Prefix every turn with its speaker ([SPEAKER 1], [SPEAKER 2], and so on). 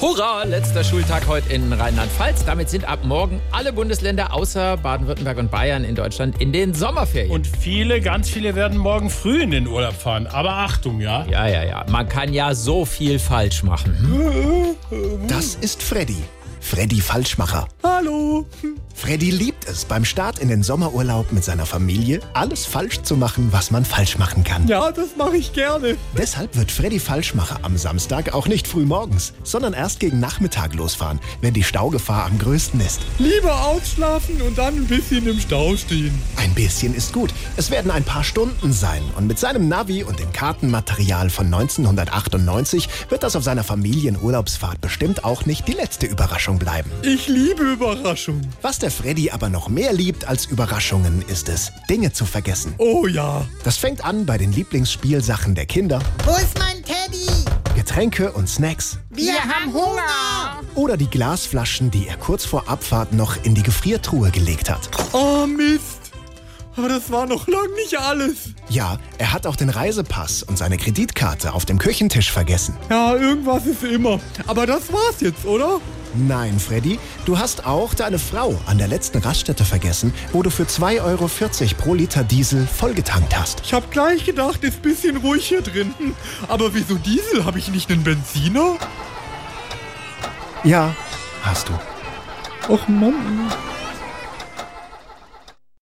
[SPEAKER 1] Hurra, letzter Schultag heute in Rheinland-Pfalz. Damit sind ab morgen alle Bundesländer außer Baden-Württemberg und Bayern in Deutschland in den Sommerferien.
[SPEAKER 2] Und viele, ganz viele werden morgen früh in den Urlaub fahren. Aber Achtung, ja?
[SPEAKER 1] ja, ja, ja. Man kann ja so viel falsch machen. Hm?
[SPEAKER 3] Das ist Freddy. Freddy Falschmacher.
[SPEAKER 4] Hallo.
[SPEAKER 3] Freddy liebt es, beim Start in den Sommerurlaub mit seiner Familie alles falsch zu machen, was man falsch machen kann.
[SPEAKER 4] Ja, das mache ich gerne.
[SPEAKER 3] Deshalb wird Freddy Falschmacher am Samstag auch nicht früh morgens, sondern erst gegen Nachmittag losfahren, wenn die Staugefahr am größten ist.
[SPEAKER 4] Lieber ausschlafen und dann ein bisschen im Stau stehen.
[SPEAKER 3] Ein bisschen ist gut. Es werden ein paar Stunden sein. Und mit seinem Navi und dem Kartenmaterial von 1998 wird das auf seiner Familienurlaubsfahrt bestimmt auch nicht die letzte Überraschung bleiben.
[SPEAKER 4] Ich liebe Überraschungen.
[SPEAKER 3] Was der Freddy aber noch mehr liebt als Überraschungen, ist es, Dinge zu vergessen.
[SPEAKER 4] Oh ja.
[SPEAKER 3] Das fängt an bei den Lieblingsspielsachen der Kinder,
[SPEAKER 5] Wo ist mein Teddy?
[SPEAKER 3] Getränke und Snacks
[SPEAKER 5] Wir, haben Hunger.
[SPEAKER 3] oder die Glasflaschen, die er kurz vor Abfahrt noch in die Gefriertruhe gelegt hat.
[SPEAKER 4] Oh Mist. Aber das war noch lang nicht alles.
[SPEAKER 3] Ja, er hat auch den Reisepass und seine Kreditkarte auf dem Küchentisch vergessen.
[SPEAKER 4] Ja, irgendwas ist immer. Aber das war's jetzt, oder?
[SPEAKER 3] Nein, Freddy, du hast auch deine Frau an der letzten Raststätte vergessen, wo du für 2,40 Euro pro Liter Diesel vollgetankt hast.
[SPEAKER 4] Ich hab gleich gedacht, ist bisschen ruhig hier drin. Hm, Aber wieso Diesel? Habe ich nicht einen Benziner?
[SPEAKER 3] Ja, hast du.
[SPEAKER 4] Och Mann.